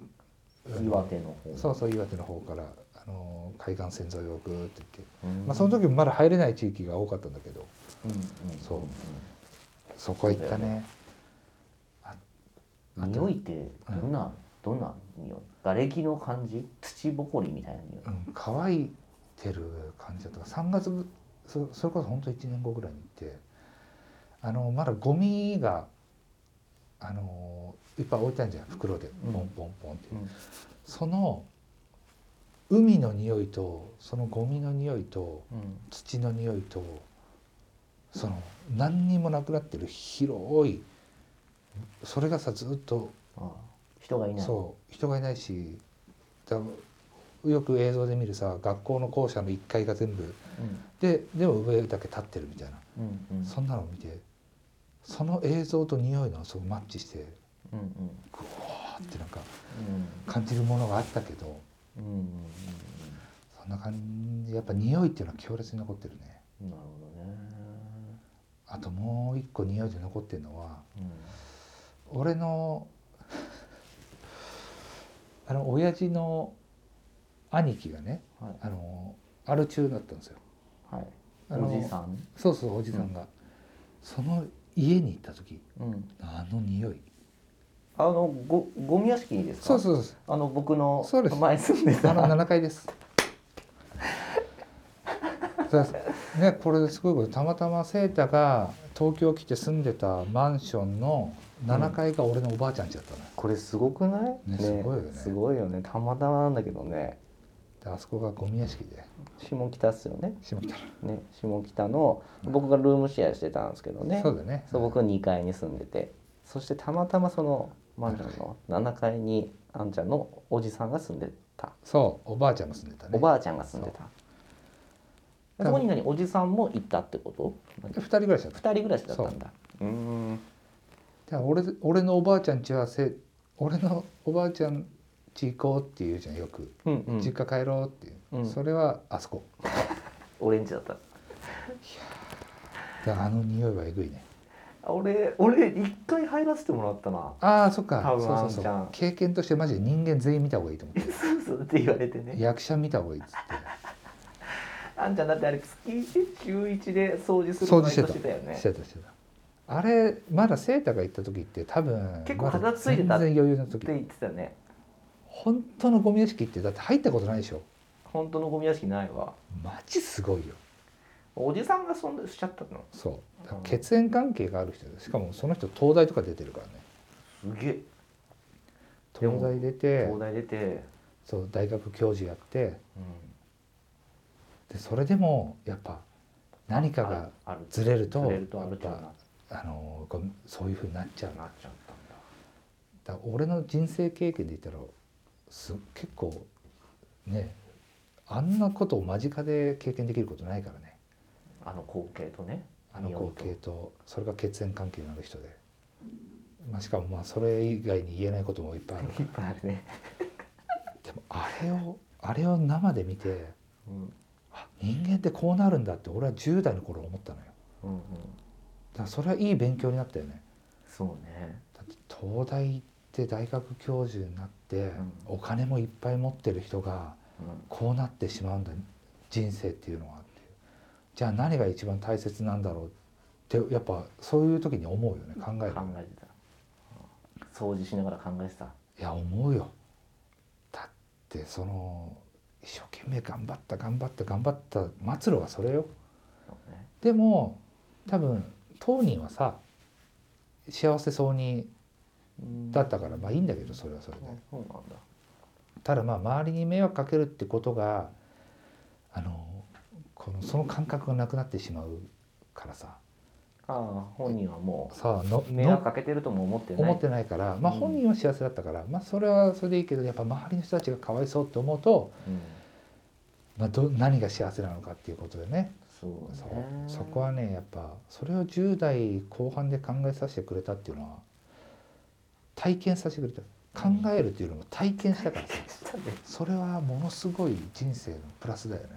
の
岩手の方
そうそう岩手の方からあのー海岸線沿いをぐーっと行って、
うん
まあ、その時もまだ入れない地域が多かったんだけど
うんうん
そうそこ行ったね
うん匂いってどんなどんな匂い瓦礫の感じ土ぼこりみたいな匂い
うん、乾いてる感じだったから3月ぶそそれこそ本当1年後ぐらいに行ってあのまだゴミがあのいっぱい置いてあるじゃん袋で
うん
ポンポンポンって、
うん
その海の匂いとそのゴミの匂いと
うん
土の匂いとその何にもなくなってる広いそれがさずっと
ああ人がいない
そう人がいないしだよく映像で見るさ学校の校舎の1階が全部ででも上だけ立ってるみたいな、
うんうんうん
そんなのを見てその映像と匂いのすごいマッチして
うんうん
グワーってなんか
うん
感じるものがあったけど
うんうんうん
そんな感じやっぱ匂いっていうのは強烈に残ってるね
うんなるほどね
あともう一個匂いで残ってるのは
うん
俺の (laughs) あの親父の兄貴がね
はい
あのアル中だったんですよ
はい
あの
おじさん
そうそうおじさんが、その家に行った時
うん
あの匂い
あのごゴミ屋敷ですか
そうそうそう
あの僕の
そうです
前住んで
あ
た
の7階ですだねこれすごいことたまたまセータが東京来て住んでたマンションの7階が俺のおばあちゃんちだったのよ、
これすごくない
ねすごいよね
すごいよねたまたまなんだけどね
であそこがゴミ屋敷で
下北っすよね
下北の
ね下北の僕がルームシェアしてたんですけどね、
そうだね
そう僕は2階に住んでてそしてたまたまそのマンションの7階にあんちゃんのおじさんが住んでた、
そうおばあちゃんも住んでたね
おばあちゃんが住んでた
う
そこに何おじさんも行ったってこと
で二人暮らしだった
2人暮らしだったんだうーん
だから俺俺のおばあちゃん家はせ俺のおばあちゃん家行こうって言うじゃんよく、
うんう
実
ん
家帰ろうっていう、
うん
それはあそこ
オレンジだった
だからあの匂いはえぐいね
あ俺俺一回入らせてもらったな
ああそっか
多分
そうそうそ
あんちゃ
うん経験としてマジで人間全員見た方がいいと思って
そうそうって言われてね
役者見た方がいいっつって
あんちゃんだってあれ月1週1で掃除する
掃除してた
バイトよね
してたしてたあれまだセータが行った時って多分
結構片付いてた
まだ全然余裕の
って
時
言ってたね
本当のゴミ屋敷ってだって入ったことないでしょ
本当のゴミ屋敷ないわ
マジすごいよ
おじさんがそんなしちゃったの
そうだから
うん
血縁関係がある人でしかもその人東大とか出てるからね
すげえでも
東大出て
東大出て、
そう大学教授やってでそれでもやっぱ何かが
ある
ずれると
ずれるとあると
やっ
なっ
ぱあのゴミそういうふうになっちゃうな
ちゃったんだ
だから俺の人生経験で言ったらす結構ねあんなことを間近で経験できることないからね
あの光景とね
あの光景とそれが血縁関係のある人で、まあ、しかもまあそれ以外に言えないこともいっぱいある
いっぱいあるね、
でもあれをあれを生で見て
うん
あ人間ってこうなるんだって俺は10代の頃思ったのよ
うんうん、
だからそれはいい勉強になったよね
そうね
だって東大行って大学教授になって、
ん
お金もいっぱい持ってる人が
うん
こうなってしまうんだ人生っていうのはっていうじゃあ何が一番大切なんだろうってやっぱそういう時に思うよね考える
考えてた掃除しながら考えてた
いや思うよだってその一生懸命頑張った頑張った頑張った末路はそれよ
そうね
でも多分当人はさ幸せそうにだったからまあいいんだけどそれはそれで
そうそうなんだ
ただまあ周りに迷惑かけるってことがあのこのその感覚がなくなってしまうからさ
ああ本人はも
さあの
う迷惑
の
かけてるとも思ってな
思っ
い
てないから、まあ、
うん
本人は幸せだったから、まあ、それはそれでいいけどやっぱ周りの人たちがかわいそうって思うと、
うん、
まあ、ど何が幸せなのかっていうことでね
そう
そう
ね
そこはねやっぱそれを10代後半で考えさせてくれたっていうのは体験させてくれた考えるっていうのも体験したからさ
したね
それはものすごい人生のプラスだよね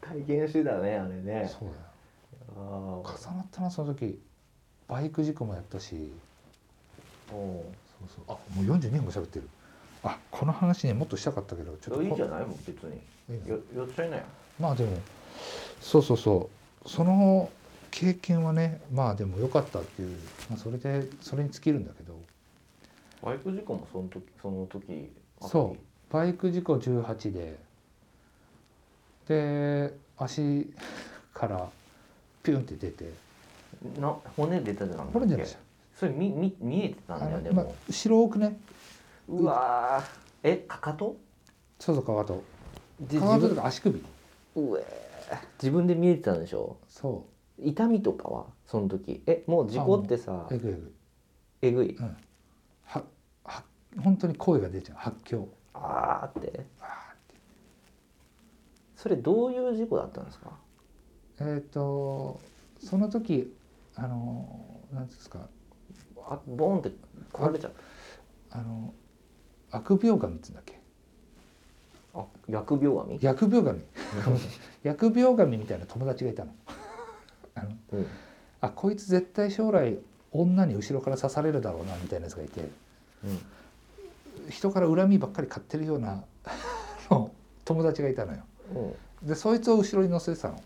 体験してたねあれね
そうだよ
ああ
重なったなその時バイク事故もやったし
おう
そうそうあもう42分も喋ってるあこの話ねもっとしたかったけどちょっと
いいじゃ
こ
ないもう別に
いいの
よよっちゃいなよ
まあでもそうそうそうその経験はねまあでも良かったっていう、まあ、それでそれに尽きるんだけど
バイク事故もその時その時あったり
そうバイク事故18でで足からピュンって出て
な骨出たじゃん
これじゃないでしょ
それみみ見えてたん
あ
だよ
の
ね
まあ
も
白くね
ううわーえかかと
そうそうかかと
で
かか
自
とと
分
か足首
うえー自分で見えてたんでしょ
そ
痛みとかはその時えもう事故ってさ
うえぐいえぐい
えぐい
はは本当に声が出ちゃう発狂
あーって
あーって
それどういう事故だったんですか
えっ、とその時あのなんていうんですか
あボーンって壊れちゃっ
あの悪病神っつうんだっけ
たあ薬病神
薬病神薬病神みたいな友達がいたのあの
うん
あこいつ絶対将来女に後ろから刺されるだろうなみたいなやつがいて人から恨みばっかり買ってるような (laughs) あの友達がいたのよ
うんうん
でそいつを後ろに乗せてたの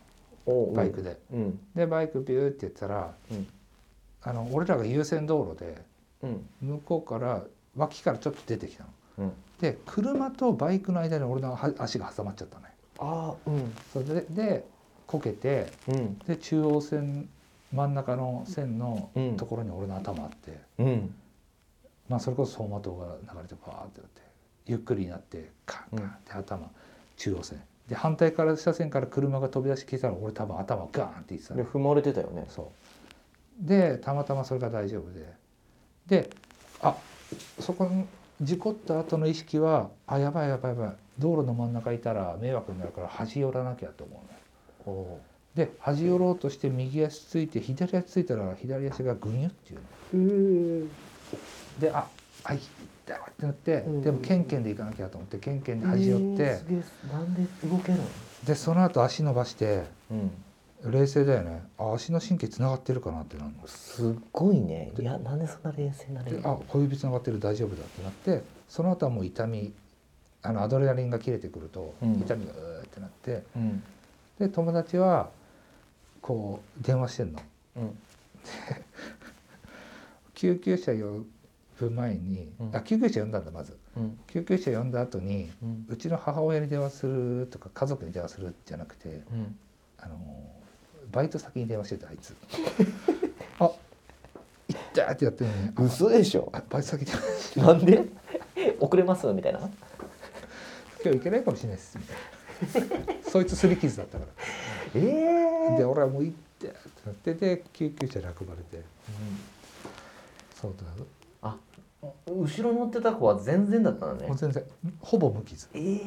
おう
バイクで、
うん
でバイクビューって言ったら、
うん
あの俺らが優先道路で
うん
向こうから脇からちょっと出てきたの
うん
で車とバイクの間に俺のは足が挟まっちゃったね
ああうん
それででこけて
うん
で中央線真ん中の線の
うん
ところに俺の頭あって、
うん
まあそれこそ走馬灯が流れてバーってなってゆっくりになってカンカンって頭中央線で反対から車線から車が飛び出してきたら俺多分頭ガーンって言ってた
で
の
踏まれてたよね
そうでたまたまそれが大丈夫でであそこに事故った後の意識はあやばいやばいやばい道路の真ん中いたら迷惑になるから端寄らなきゃと思うのよ
お
で端寄ろうとして右足ついて左足ついたら左足がぐにゅっていうの
うん
でああいだってなって
うん
でもケンケンで行かなきゃと思ってケンケンで端寄って、
なんで動けるの
でその後足伸ばして
うん
冷静だよねあ足の神経つながってるかなってなるの
すっごいね
で
いやなんでそんな冷静になれ
で
るの
あ小指つながってる大丈夫だってなってその後はもう痛みあのアドレナリンが切れてくると、
うん
痛みがうーってなって
うん
で友達はこう電話してんの
うん
救急車呼ぶ前に、
うん
あ救急車呼んだんだまず
うん
救急車呼んだ後に
うん
うちの母親に電話するとか家族に電話するじゃなくて
うん
あのバイト先に電話してたあいつあ痛っってやってるのにあ
嘘でしょ
あバイト先で
(laughs) なんで遅れますみたいな
今日行けないかもしれないですみたいなそいつ擦り傷だったか
え
ら
え
で俺はもう行ってってなってで救急車で運ばれてそうだ
後ろに乗ってた子は全然だったのね
もう全然ほぼ無傷
ええ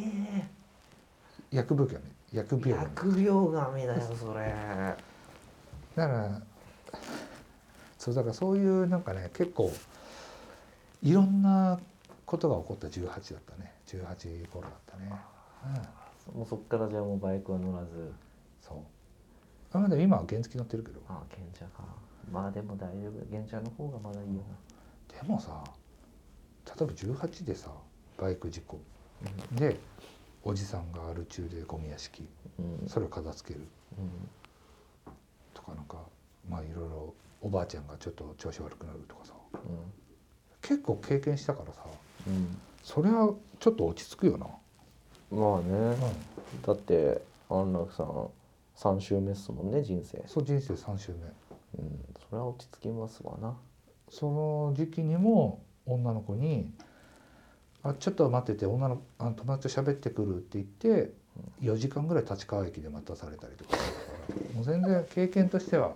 薬部がね薬病だか
疫病神だよそれ
らそうだからそういうなんかね結構いろんなことが起こった18だったね18頃だったね、うん、
もうそっからじゃあもうバイクは乗らず
そうあでも今は原付乗ってるけど
ああ賢者かまあでも大丈夫賢者の方がまだいいよ
でもさ例えば18でさバイク事故
な
でおじさんがある中でゴミ屋敷
うんうん
それを片付けるとかなんかまあいろいろおばあちゃんがちょっと調子悪くなるとかさ結構経験したからさ
うん
それはちょっと落ち着くよな、
うんまあ
うん
ね、だって安楽さん3周目っすもんね人生
そう人生3周目
うんそれは落ち着きますわな
その時期にも女の子に「あちょっと待ってて女のあの友達と喋ってくる」って言って4時間ぐらい立川駅で待たされたりとかもう全然経験としては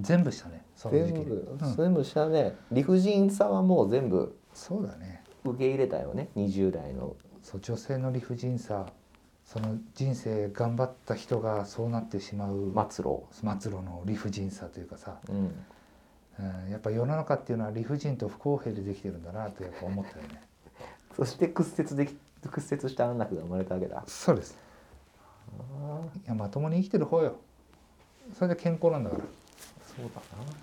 全部したねその
全
時期に、
部
うん
全部したね理不尽さはもう全部
そうだね
受け入れたよね20代の
そう女性の理不尽さその人生頑張った人がそうなってしまう
末路
末路の理不尽さというかさ、
うん
うん、やっぱ世の中っていうのは理不尽と不公平でできてるんだなってやっぱ思ったよね
そして屈折でき屈折した安楽が生まれたわけだ
そうですいやまともに生きてる方よそれで健康なんだから、
そうだな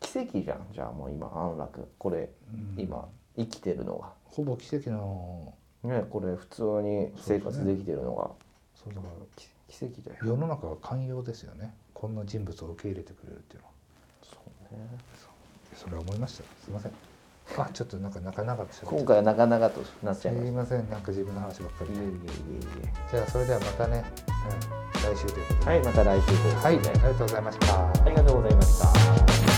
奇跡じゃんじゃあもう今安楽これ
うん
今生きてるのが
ほぼ奇跡の
ねこれ普通に生活できてるのが
そうだか
き奇跡だ
ら
よ
世の中は寛容ですよねこんな人物を受け入れてくれるっていうのは
そうね
それは思いましたすいませんあちょっとなんかなかなかとし
今回はなかなかとなっち
す
ゃ
い
いまし
ませんなんか自分の話ばっか
たい
り
え
で
いえいえい
じゃあそれではまたね、うん、来週ということ
え
で
はいまた来週ということ
はい、
で
ありがとうございました
ありがとうございました